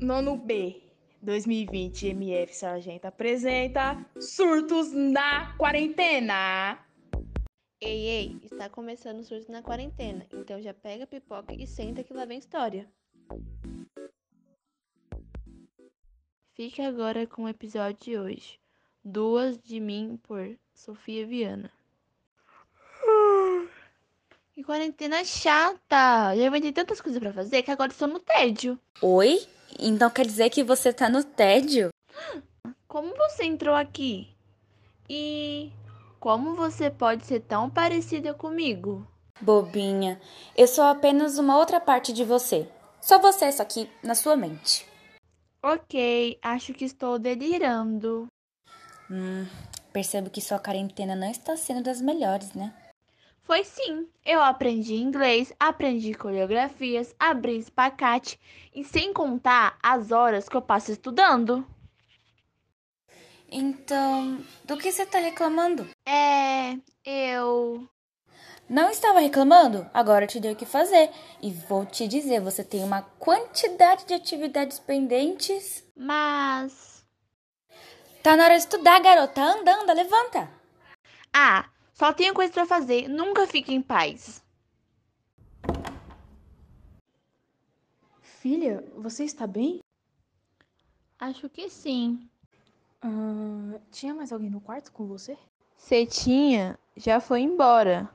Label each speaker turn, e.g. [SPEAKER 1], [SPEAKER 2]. [SPEAKER 1] Nono B, 2020, MF Sargento apresenta Surtos na Quarentena.
[SPEAKER 2] Ei, ei, está começando o surto na quarentena, então já pega a pipoca e senta que lá vem história. Fique agora com o episódio de hoje. Duas de mim por Sofia Viana. Que quarentena chata! Já inventei tantas coisas pra fazer que agora estou no tédio.
[SPEAKER 3] Oi? Então quer dizer que você tá no tédio?
[SPEAKER 2] Como você entrou aqui? E como você pode ser tão parecida comigo?
[SPEAKER 3] Bobinha, eu sou apenas uma outra parte de você. Só você, só que na sua mente.
[SPEAKER 2] Ok, acho que estou delirando.
[SPEAKER 3] Hum, percebo que sua quarentena não está sendo das melhores, né?
[SPEAKER 2] Foi sim, eu aprendi inglês, aprendi coreografias, abri espacate e sem contar as horas que eu passo estudando.
[SPEAKER 3] Então, do que você tá reclamando?
[SPEAKER 2] É, eu.
[SPEAKER 3] Não estava reclamando? Agora eu te dei o que fazer. E vou te dizer, você tem uma quantidade de atividades pendentes.
[SPEAKER 2] Mas.
[SPEAKER 3] Tá na hora de estudar, garota. Anda, anda, levanta.
[SPEAKER 2] Ah, só tenho coisas pra fazer, nunca fique em paz.
[SPEAKER 1] Filha, você está bem?
[SPEAKER 2] Acho que sim.
[SPEAKER 1] Ah, tinha mais alguém no quarto com você?
[SPEAKER 2] Cetinha já foi embora.